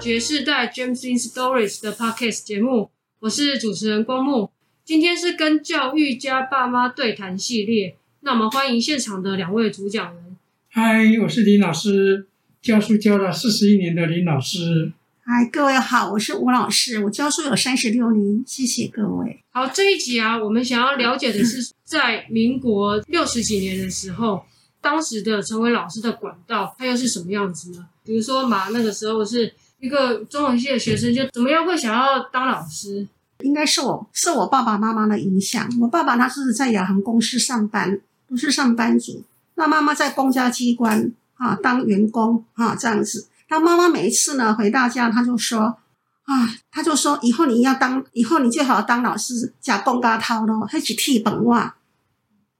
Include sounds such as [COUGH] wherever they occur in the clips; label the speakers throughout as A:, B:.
A: 爵士代 James in Stories 的 Podcast 节目，我是主持人公木。今天是跟教育家爸妈对谈系列，那我们欢迎现场的两位主讲人。
B: 嗨，我是林老师，教书教了四十一年的林老师。
C: 嗨，各位好，我是吴老师，我教书有三十六年，谢谢各位。
A: 好，这一集啊，我们想要了解的
C: [LAUGHS]
A: 是，在民国六十几年的时候，当时的成为老师的管道，它又是什么样子呢？比如说嘛，那个时候是一个中文系的学生，就怎么样会想要当老师？
C: 应该是我受我爸爸妈妈的影响，我爸爸他是在亚航公司上班，不是上班族。那妈妈在公家机关啊当员工啊这样子。那妈妈每一次呢回大家，她就说啊，她就说以后你要当，以后你最好当老师，假公家掏咯，还是替本话。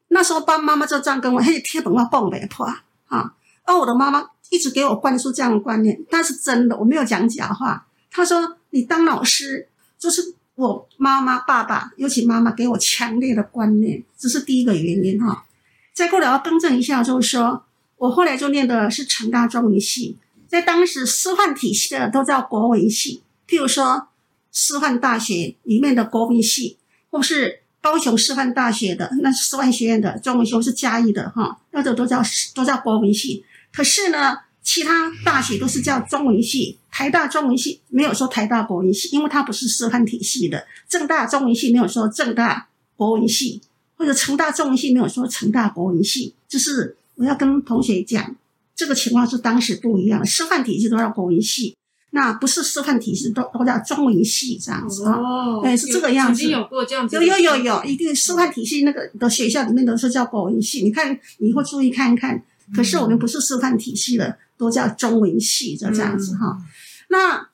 C: 那时候爸妈妈就这样跟我，还是贴本话蹦没破啊。而我的妈妈一直给我灌输这样的观念，但是真的我没有讲假话。她说你当老师就是我妈妈、爸爸，尤其妈妈给我强烈的观念，这是第一个原因哈。再过来要更正一下，就是说我后来就念的是成大中文系，在当时师范体系的都叫国文系，譬如说师范大学里面的国文系，或是高雄师范大学的那是师范学院的中文系，或是嘉义的哈，那种都叫都叫国文系。可是呢，其他大学都是叫中文系，台大中文系没有说台大国文系，因为它不是师范体系的；正大中文系没有说正大国文系。或者成大中文系没有说成大国文系，就是我要跟同学讲，这个情况是当时不一样，师范体系都叫国文系，那不是师范体系都都叫中文系这样子啊。
A: 哦
C: 对是这个样子
A: 曾经有过这样子
C: 有
A: 的，
C: 有有有，一定师范体系那个的学校里面都是叫国文系，你看你以后注意看一看。可是我们不是师范体系的，都叫中文系的这样子哈。那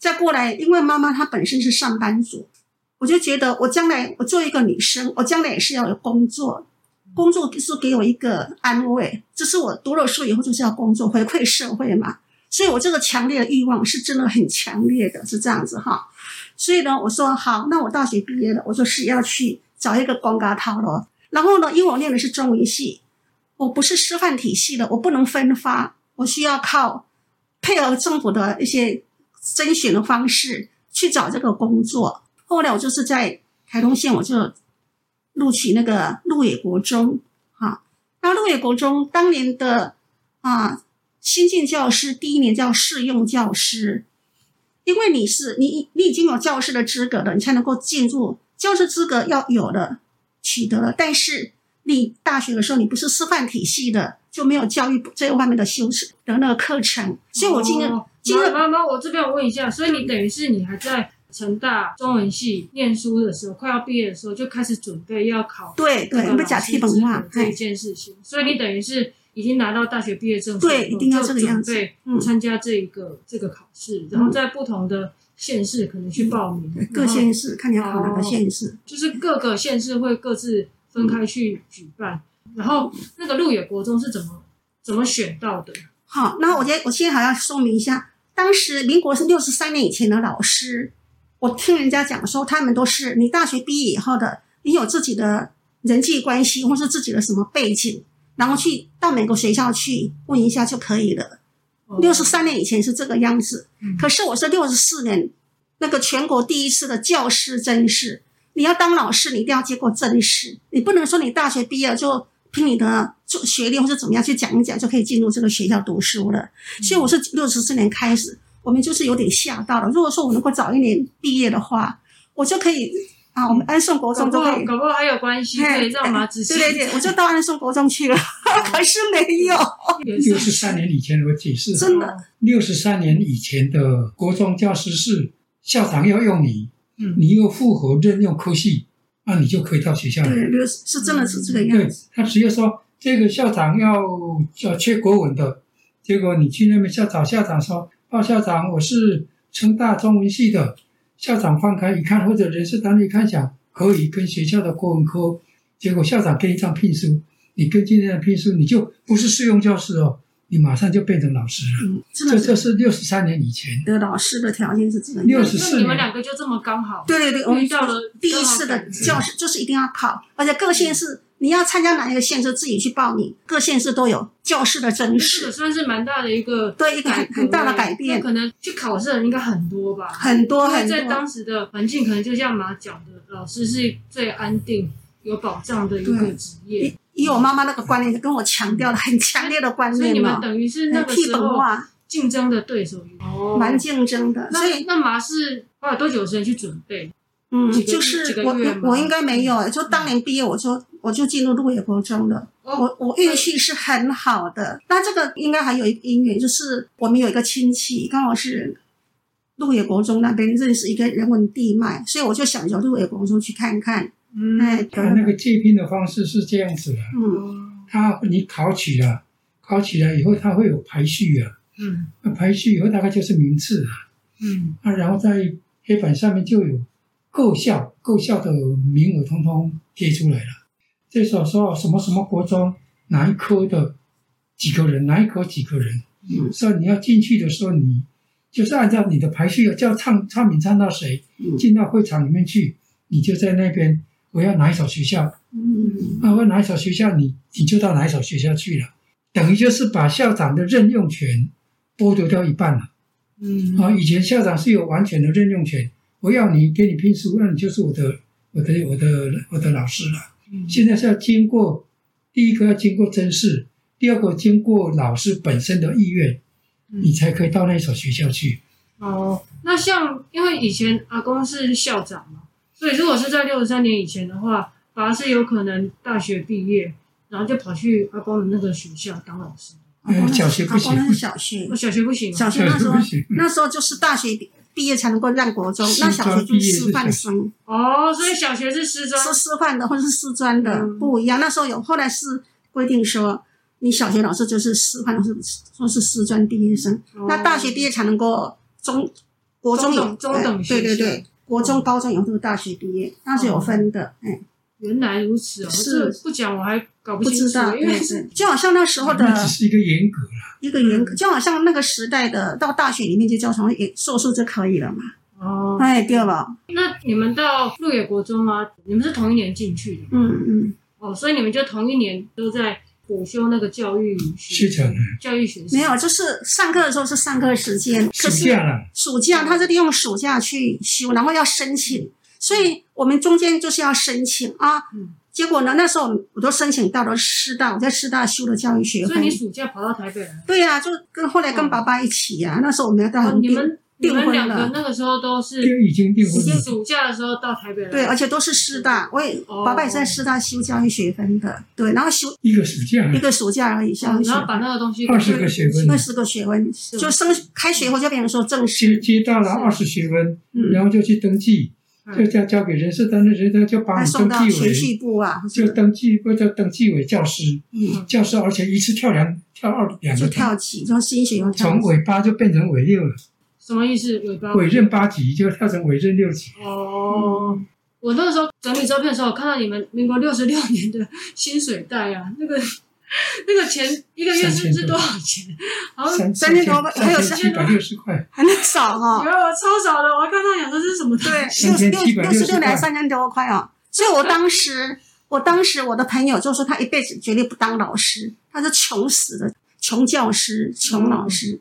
C: 再过来，因为妈妈她本身是上班族，我就觉得我将来我做一个女生，我将来也是要有工作，工作是给我一个安慰，这是我读了书以后就是要工作回馈社会嘛，所以我这个强烈的欲望是真的很强烈的，是这样子哈。所以呢，我说好，那我大学毕业了，我就是要去找一个公家套咯。然后呢，因为我念的是中文系，我不是师范体系的，我不能分发，我需要靠配合政府的一些甄选的方式去找这个工作。后来我就是在台东县，我就录取那个鹿野国中啊。那鹿野国中当年的啊新进教师第一年叫试用教师，因为你是你你已经有教师的资格了，你才能够进入教师资格要有了取得了，但是你大学的时候你不是师范体系的，就没有教育部这方面的修饰的那个课程，所以我进入
A: 哦
C: 进入
A: 妈妈妈，我这边我问一下，所以你等于是你还在成大中文系念书的时候，快要毕业的时候就开始准备要考
C: 对对，
A: 那
C: 不
A: 个
C: 假
A: 老师
C: 替本话
A: 资格，这一件事情，所以你等于是已经拿到大学毕业证书以后，
C: 对一定要这个样子
A: 就准备
C: 嗯
A: 参加这一个这个考试，然后在不同的县市可能去报名，然后
C: 哎嗯各县市看你要考哪
A: 哦
C: 个县市。
A: 就是各个县市会各自分开去举办，然后那个鹿野国中是怎么怎么选到的？
C: 好，那我先我先还要说明一下，当时民国是六十三年以前的老师，我听人家讲说，他们都是你大学毕业以后的，你有自己的人际关系或是自己的什么背景，然后去到每个学校去问一下就可以了。
A: 哦
C: 六十三年以前是这个样子
A: 嗯，
C: 可是我是六十四年那个全国第一次的教师甄试。你要当老师，你一定要接过甄试，你不能说你大学毕业就凭你的就学历或者怎么样去讲一讲就可以进入这个学校读书了。
A: 嗯
C: 所以我是六十四年开始，我们就是有点吓到了。如果说我能够早一年毕业的话，我就可以啊，我们安顺国
A: 搞
C: 中
A: 不
C: 就可
A: 好
C: 以。
A: 搞不好还有关系，可以让马子
C: 哎对对对，我就到安顺国中去了，
A: 哦
C: [LAUGHS] 可是没哦有，
A: 嗯
B: 六十三年以前，我解释
C: 真的
B: 六十三年以前的国中教师是校长要用你，
A: 嗯
B: 你又符合任用科系，那你就可以到学校来。
C: 对，六十是真的是这个
A: 嗯
B: 对
C: 样子。
B: 他只有说这个校长要要缺国文的，结果你去那边校找校长说，报校长我是成大中文系的，校长翻开一看或者人事单位一看想可以跟学校的国文科，结果校长给你一张聘书，你跟今天的聘书你就不是试用教师哦，你马上就变成老师了。
C: 嗯， [CLEARS THROAT] 真
B: 这
C: 的
B: 这
C: 是
B: 是六十三年以前，
C: 的老师的条件是这个样
A: 那
B: 六
C: 子。
B: 十
A: 那
B: 四
A: 你们
B: 年
A: 两个就这么刚好，
C: 对对对，我们
A: 遇到了嗯
C: 第一次的教师就是一定要考，而且各县市你要参加哪一个县市，自己去报名，各县市都有教师的真
A: 这个
C: 实，
A: 算是蛮大的一个
C: 对一个很很大的改
A: 那
C: 变，
A: 可能去考试的人应该很多吧，
C: 很多
A: 因为
C: 很
A: 在
C: 多。
A: 当时的环境，可能就像马讲的，老师是最安定、有保障的一个
C: 对
A: 职业，
C: 以我妈妈那个观念，跟我强调的很强烈的观
A: 所以你
C: 念
A: 们
C: 嘛，
A: 等于是那个
C: 屁
A: 时
C: 本
A: 候
C: 化，
A: 竞争的对手也哦
C: 蛮竞争的，所
A: 那
C: 以。
A: 那马是花了多久时间去准备？
C: 嗯
A: 几，个
C: 就
A: 几
C: 是
A: 个
C: 我
A: 月吗嗯
C: 我我应该没有，就当年毕业我就我就进入鹿野国中了。
A: 哦，
C: 我我运气是很好的，那这个应该还有一个因缘，就是我们有一个亲戚，刚好是鹿野国中那边认识一个人文地脉，所以我就想着鹿野国中去看看。
A: 嗯
C: 哎，
B: 他那个界定的方式是这样子的，
C: 嗯，
A: 哦
B: 他你考起了，考起来以后他会有排序啊，
A: 嗯
B: 那排序以后大概就是名次啊，
A: 嗯
B: 啊，然后在黑板上面就有够校，够校的名额通通贴出来了。这时候说什么什么国中哪一科的几个人，哪一科几个人，
C: 嗯
B: 所以你要进去的时候，你就是按照你的排序，叫唱唱名唱到谁，
C: 嗯
B: 进到会场里面去，你就在那边我要哪一所学校，
C: 嗯
B: 那我要哪一所学校，你你就到哪一所学校去了，等于就是把校长的任用权剥夺掉一半了。
A: 嗯
B: 啊，以前校长是有完全的任用权，我要你给你聘书，那你就是我的我的我的我的老师了。
A: 嗯
B: 现在是要经过第一个要经过甄试，第二个经过老师本身的意愿，
A: 嗯
B: 你才可以到那所学校去。
A: 哦，那像因为以前阿公是校长嘛，所以如果是在六十三年以前的话，反而是有可能大学毕业，然后就跑去阿公的那个学校当老师。
B: 哎，小学不
C: 啊光
B: 行
C: 那，是小学
A: 我，小学不行、啊，
C: 小
B: [LAUGHS]
C: 学那时候
B: 不行
C: 那时候就是大学毕业才能够上国中，
B: 师
C: 那
B: 专
C: 小学就
B: 毕
C: 是
B: 业是
C: 师范
B: 小
C: 生，
A: 哦，所以小学是师专
C: 是师范的或是师专的
A: 嗯
C: 不一样。那时候有后来是规定说，你小学老师就是师范，是说是师专毕业生。
A: 哦
C: 那大学毕业才能够中国中有哎
A: 中等中等学哦
C: 对对
A: 校
C: 对，国中、高中有这个大学毕业，那是有分的，哎，
A: 原来如此哦，这
C: 是
A: 不讲我还搞不
C: 不
A: 清
C: 知
A: 楚，
C: 道，
A: 因为
C: 对对就好像那时候的
B: 那只是一个严格了。
C: 一个严格，就好像那个时代的到大学里面就教成也硕士就可以了嘛，
A: 哦，
C: 哎，对吧？
A: 那你们到鹿野国中啊，你们是同一年进去的吗
C: 嗯嗯，
A: 哦，所以你们就同一年都在补修那个教育学
B: 是这样的
A: 教育学
C: 没有，就是上课的时候是上课时间，
B: 暑
C: 可是
B: 假了，
C: 暑假，
A: 嗯
C: 他是利用暑假去修，然后要申请，所以我们中间就是要申请啊
A: 嗯。
C: 结果呢，那时候我都申请到了师大，我在师大修了教育学
A: 所以
C: 会
A: 你。暑假跑到台北来。
C: 对呀、就跟后来跟爸爸一起呀、那时候我们要到
A: 哦，
C: 横
A: 你
C: 滨，
A: 们你们
C: 订婚
A: 两个
C: 了
A: 那个时候都是
B: 就已经订婚了。
A: 暑假的时候到台北来，
C: 对，而且都是师大，我也、
A: 哦
C: 爸爸也在师大修教育学分的，对，然后修
B: 一个暑假
C: 一，个暑假而已，教育学
A: 嗯然后把那个东西
B: 二十个嗯学分
C: 二，十个学分，就升开学以后就变成说正式，
B: 接接到了二十学分，
C: 嗯，
B: 然后就去登记，
A: 嗯
B: 就交交给人事单位，人事单位就把
C: 还
B: 你登
C: 送到
B: 记
C: 学
B: 为
C: 区部啊，或
B: 就
C: 者
B: 登记不叫登记为教师，
C: 嗯，
B: 教师而且一次跳两跳二两
C: 就
B: 个
C: 跳
B: 堂，
C: 级，就新学又跳嗯
B: 从
C: 级，
B: 尾八就变成尾六了，
A: 什么意思？尾巴
B: 委任八级就跳成委任六级。
A: 哦。我那个时候整理照片的时候，我看到你们民国六十六年的薪水袋啊，那个 [LAUGHS] 那个钱一个月是
B: 3000
A: 是多少钱？好像
B: 三
C: 哦三千多块还有
B: 三千七百六十块，
C: 很少啊哈、
A: 原来我啊超少的，我还看到想说这是什么东
C: 对
A: 西？，
B: 3760
C: 六十六六十六年三千多块哦。所以我当时，我当时我的朋友就说他一辈子绝对不当老师，他是穷死的，穷教师，穷老师。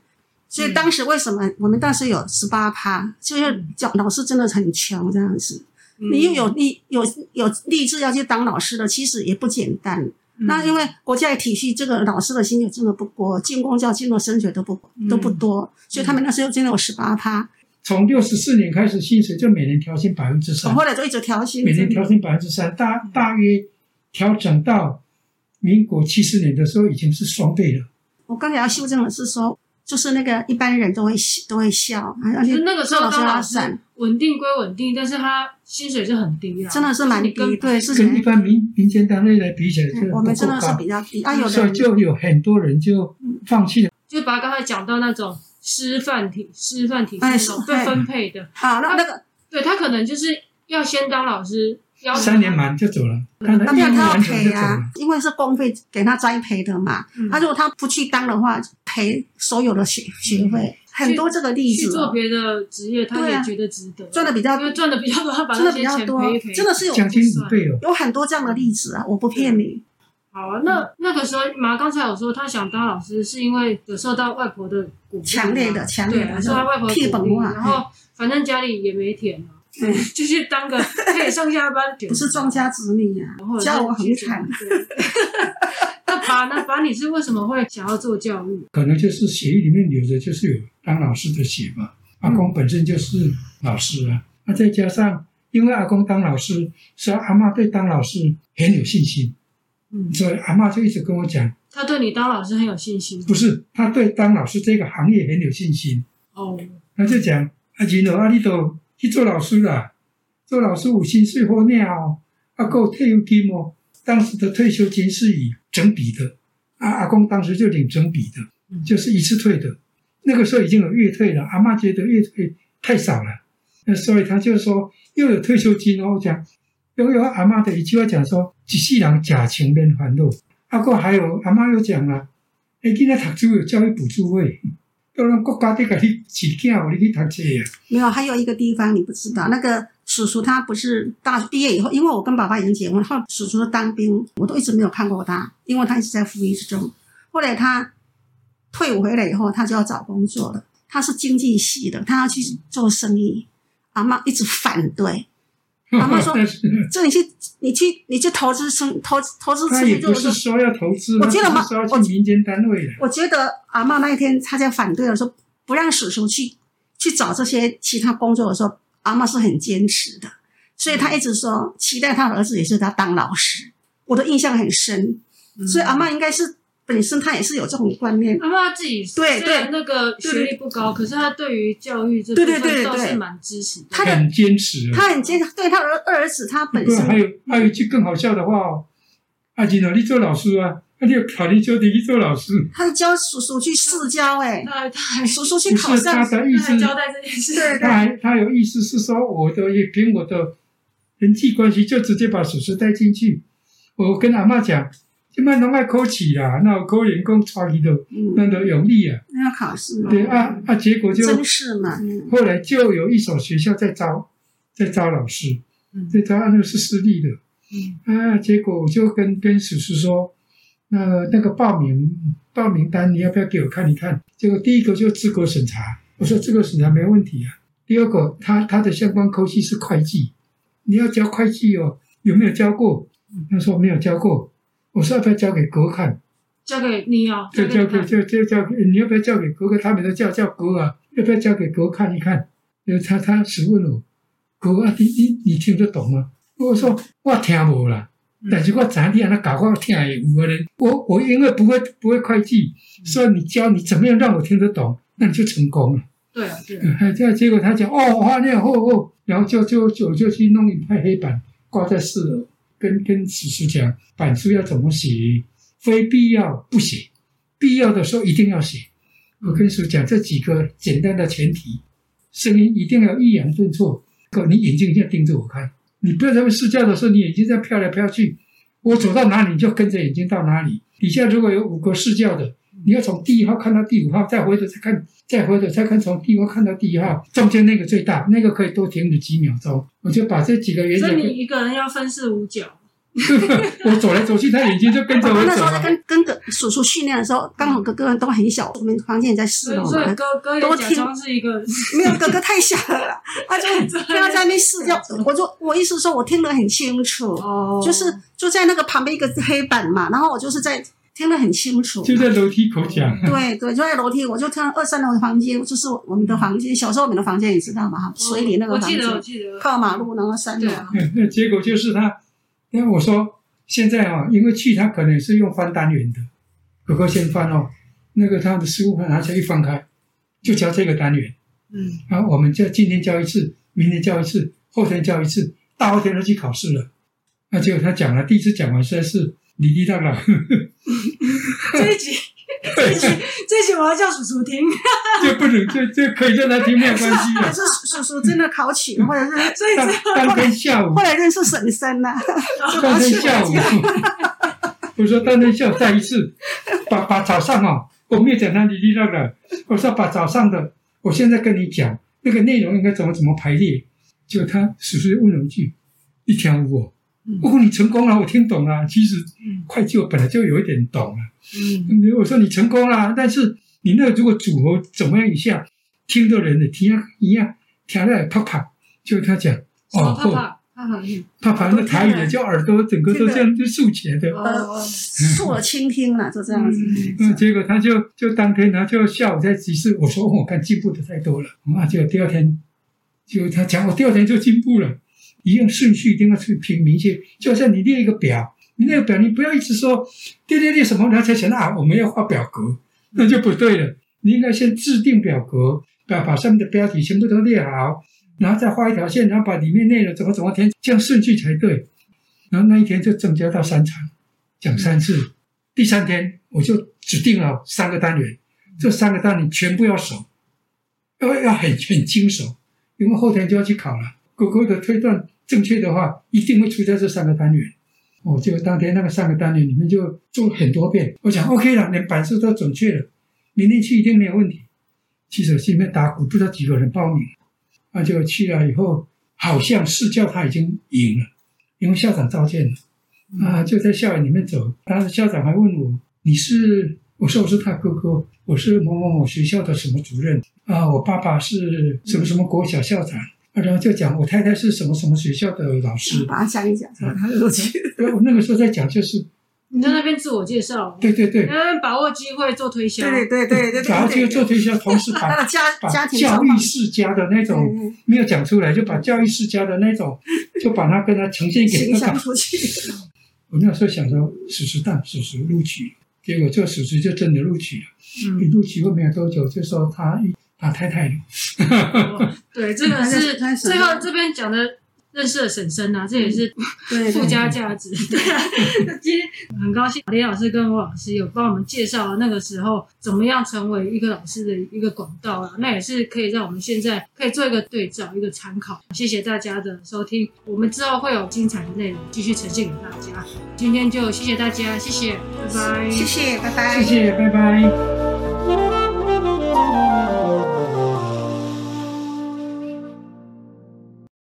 C: 所以当时为什么我们当时有十八趴，就是讲老师真的很穷这样子。
A: 嗯
C: 你又有力有有立志要去当老师的，其实也不简单。
A: 嗯
C: 那因为国家的体系，这个老师的薪水真的不多，进公教、进入升学都不都不多，所以他们那时候真的有十八趴，
B: 从六十四年开始，薪水就每年调薪百分之
C: 我
B: 三，
C: 后来就一直调哦薪，嗯
B: 每年
C: 真的
B: 调薪百分之三，大大约调整到民国七十年的时候已经是双倍了。
C: 我刚才要修正的是说，就是那个一般人都会笑都会笑，而
A: 就
C: 且
A: 是那个时候
C: 老师
A: 当老
C: 要
A: 师
C: 散，
A: 稳定归稳定，但是他薪水是很低啊，
C: 真的是蛮低，
A: 就是你跟
C: 对，是
B: 跟一
C: 很
B: 般民民间单位来比起来，就
C: 嗯我
B: 不
C: 们真的
B: 够
C: 是
B: 高
C: 比，较嗯低啊，有的
B: 所以
C: 人
B: 就有很多人就放弃了。
A: 就把刚才讲到那种师范体师范体系
C: 哎
A: 那
C: 是
A: 种被
C: 哎
A: 分配的，
C: 好，那那个
A: 对他可能就是要先当老师，要求
B: 三年满就走了，看
C: 嗯那
B: 他
C: 不
B: 一
C: 然
B: 年
C: 他要
B: 完成
C: 赔
B: 就走了
C: 啊。，因为是公费给他栽培的嘛
A: 嗯，
C: 他如果他不去当的话，赔所有的学学费，很多这个例
A: 去
C: 子
A: 做
C: 哦，
A: 别的职业，他
C: 对
A: 也
C: 啊
A: 觉得值得，
C: 赚的比较
A: 因为赚的比较多，他把
C: 真
A: 那
C: 的
A: 些
C: 比较
A: 钱
C: 多
A: 赔一赔，，
C: 真的是有
B: 奖金五倍哦，
C: 有很多这样的例子啊，我不骗你。
A: 好啊，那那个时候马刚才有说他想当老师，是因为有受到外婆的鼓励嘛，
C: 强烈的强烈的
A: 对受到外婆的
C: 屁
A: 鼓
C: 本
A: 励，
C: 话
A: 然后反正家里也没田嘛，
C: 嗯
A: [LAUGHS] 就去当个可以上下班，
C: 不是庄家子女啊
A: 然后，
C: 教我很惨。。
A: 对 [LAUGHS] 那爸呢？爸，你是为什么会想要做教育？
B: 可能就是血液里面流着就是有当老师的血嘛。
C: 嗯
B: 阿公本身就是老师啊，那再加上因为阿公当老师，所以阿妈对当老师很有信心，
A: 嗯，
B: 所以阿妈就一直跟我讲，
A: 他对你当老师很有信心
B: 不是她对当老师这个行业很有信心。
A: 哦。
B: 他就讲啊，人哦，啊，你都去做老师啦，做老师有薪水好领哦，啊，够退休金哦。当时的退休金是以整笔的，啊，阿公当时就领整笔的，就是一次退的。那个时候已经有月退了，阿妈觉得月退太少了，那所以他就说又有退休金哦，我讲，又有阿妈的一句话讲说，一世人假情人烦恼。啊，个还有阿妈又讲啦，哎，囡仔读书有教育补助费。都让国家在给你饲囝，互你去读册啊。
C: 没有，还有一个地方你不知道，那个叔叔他不是大毕业以后，因为我跟爸爸已经结婚，后叔叔当兵，我都一直没有看过他，因为他一直在服役之中。后来他退伍回来以后，他就要找工作了。他是经济系的，他要去做生意。阿妈一直反对，阿
B: [LAUGHS]
C: 嬷说
B: 但是
C: 这你去你去你去投资生投资投资
B: 他
C: 生
B: 也
C: 意就
B: 不
C: 我
B: 是
C: 说
B: 说要投资，啊
C: 我觉得
B: 他
C: 嘛
B: 只是说要去民间单位了。
C: 我觉得阿嬷那一天她在反对的时候，不让叔叔去去找这些其他工作的时候，阿嬷是很坚持的，所以她一直说期待她的儿子也是他当老师。我的印象很深，所以
B: 嗯
C: 阿嬷应该是本身她也是有这种观念。
A: 阿妈自己
C: 对
A: 虽然
C: 对
A: 那个学历不高，可是他对于教育这部
C: 对对
A: 分
C: 对
A: 倒
C: 对
A: 是蛮支持的。
C: 他的
B: 很坚持啊。
C: 她很坚持，对她儿二儿子，她本
B: 不过还
C: 身
B: 有还有一句更好笑的话哦，阿金啊，你做老师啊，啊，你有考虑就你去做老师，
C: 她教叔叔去试教、欸，
A: 他他还
C: 哎，叔叔去
B: 不
C: 考
B: 是他
C: 上，
B: 的意
A: 他还
B: 思，
A: 交代这件事，
C: 对
B: 他还他有意思是说我的也凭我的人际关系就直接把叔叔带进去。我跟阿嬷讲，即摆拢爱考试啦，那有可能讲带伊就
C: 嗯，
B: 咱就用力啊，
C: 那要考试嘛，
B: 对啊啊，结果就
C: 真是嘛，嗯
B: 后来就有一所学校在招，在招老师，
A: 嗯
B: 在招啊那个是私立的，
A: 嗯
B: 啊，结果我就跟跟叔叔说，那那个报名报名单你要不要给我看一看？结果第一个就资格审查，我说资格审查没问题啊。第二个，他他的相关科系是会计，你要教会计哦，有没有教过？他说没有教过。我说要不要交给哥看？
A: 交给你哦，
B: 就
A: 给
B: 交
A: 你
B: 给
A: 看
B: 就就交给你要不要交给哥哥？他们都叫叫哥啊，要不要交给哥看一看？然后他他只问我，哥啊，你你你听得懂吗？我说我听无啦，但是我知道你安那搞，我听会有啊咧。我我因为不会不会会计，所以你教你怎么样让我听得懂，那你就成功了。
A: 对啊对啊，
B: 哎，这样结果他讲哦，画面哦哦，然后就就就就去弄一块黑板挂在四楼，跟跟史书讲板书要怎么写，非必要不写，必要的时候一定要写。我跟史书讲这几个简单的前提，声音一定要抑扬顿挫，可你眼睛一定要盯着我看，你不要在那边睡觉的时候，你眼睛在飘来飘去，我走到哪里你就跟着眼睛到哪里。底下如果有五个视角的，你要从第一号看到第五号，再回头再看，再回头再看，从第一号看到第一号，中间那个最大，那个可以多停止几秒钟。我就把这几个原则
A: 所以，你一个人要分饰五角，
B: 我走来走去，他眼睛就跟着
C: 爸
B: 我
C: 爸哦那时
B: 走
C: 候在
B: 啊。
C: 跟跟哥叔叔训练的时候，刚好哥哥都很小，我们房间也在
A: 所
C: 四
A: 以
C: 楼嘛，
A: 所以哥哥也
C: 多
A: 假
C: 听
A: 装是一个，
C: 没有哥哥太小了啦，
A: [LAUGHS]
C: 他就跟他在那边试教。我就我意思说，我听得很清楚，
A: 哦
C: 就是就在那个旁边一个黑板嘛，然后我就是在听得很清楚。
B: 就在楼梯口讲，
C: 对对，就在楼梯，我就听到二三楼的房间，就是我们的房间。小时候我们的房间你知道吗？哈，水里那个
A: 哦我
C: 房
A: 记
C: 间，
A: 得我记得，
C: 靠马路，然后三楼
A: 对。啊，
B: 嗯那结果就是他，那我说现在啊，因为去他可能是用翻单元的，哥哥先翻哦，那个他的食物盘拿起来一翻开，就教这个单元。
A: 嗯
B: 然后我们就今天教一次，明天教一次，后天教一次，大后天就去考试了。那结果他讲了，第一次讲完实在是离地大了，
A: 这一集这一集这一集我要叫叔叔听，
B: 就不能就就可以让他听没有关系
C: 可
B: 了。
C: [LAUGHS] 是叔叔真的考取
A: [LAUGHS]
C: 了，或者是
A: 所以
B: 当
A: 这
B: 当天下午
C: 后，来认识婶婶
A: [LAUGHS]
C: 啊啦。
B: [LAUGHS] 当
A: 哦
B: 天下午， [LAUGHS] 我说当天下啊午再一次，把把早上哦，我没有讲他离地大了，我说把早上的我现在跟你讲那个内容应该怎么怎么排列。”就他叔叔问了一句：“你听我？”
A: 嗯
B: 哦，你成功了，我听懂了。其实
A: 嗯
B: 会计我本来就有一点懂了。
A: 嗯
B: 嗯我说你成功了，但是你那个如果组合怎么样一下，听的人的听一样，听来啪啪，就他讲
A: 什么
B: 哦，
A: 怕怕
B: 哦
A: 怕怕嗯
B: 啪啪，那台语的就耳朵整个都这样就竖起来的。
A: 哦，
C: 竖了倾听啊了，就啊这样子。
B: 嗯，结果他就就当天他就下午在集市，我说哦我看进步的太多了，啊，结果第二天，就他讲我第二天就进步了，一样顺序一定要去拼明确，就像你列一个表，你那个表你不要一直说列列列什么，然后才想到啊我们要画表格，那就不对了，你应该先制定表格，把把上面的标题全部都列好，然后再画一条线，然后把里面内容怎么怎么填，这样顺序才对。然后那一天就增加到三场，讲三次。第三天我就指定了三个单元，这三个单元全部要熟，要要很很精熟，因为后天就要去考了。狗狗的推断正确的话，一定会出在这三个单元。我哦就当天那个三个单元里面就做很多遍，我想 OK 了，连板数都准确了，明天去一定没有问题。其实我心里面打鼓，不知道几个人报名，那就去了以后，好像试教他已经赢了，因为校长召见了。啊，就在校园里面走，当时校长还问我：“你是？”我说：“我是他哥哥，我是某某某学校的什么主任啊，我爸爸是什么什么国小校长。”啊然后就讲我太太是什么什么学校的老
A: 嗯
C: [LAUGHS]
B: 师。
C: 把它讲一讲，说它有趣。
B: 对，我那个时候在讲就是，
A: 你在那边自我介绍，
B: 对对对，
A: 嗯，把握机会做推销，
C: 对对对对对
B: 然后就
C: 对
B: 做
C: 对，
B: 推销，同时
C: [LAUGHS] 他
B: 把
C: 的家
B: 把
C: 家庭
B: 教
C: 状
B: 育
C: 况
B: 世家的那
C: 对
B: 种
C: 对
B: 没有讲出来，就把教育世家的那
C: [LAUGHS]
B: 种，就把它跟它呈现给
C: 形
B: 大家
C: 象。出 [LAUGHS] 去。
B: 我那时候想着叔叔大，叔叔录取，结果这叔叔就真的录取了。你
A: 嗯，
B: 录取后没有多久，就说他打太太了。
A: 哦对，这个是
C: 他在他在
A: 最后这边讲的认识了婶婶啊，这也是
C: 对
A: 附
C: 对
A: 加价值。 [LAUGHS] 对啊，那今天很高兴李老师跟我老师有帮我们介绍了那个时候怎么样成为一个老师的一个管道啊，那也是可以让我们现在可以做一个对照、一个参考。谢谢大家的收听，我们之后会有精彩的内容继续呈现给大家。今天就谢谢大家，谢谢，拜拜，
C: 谢谢，拜拜。
B: 谢谢，拜拜。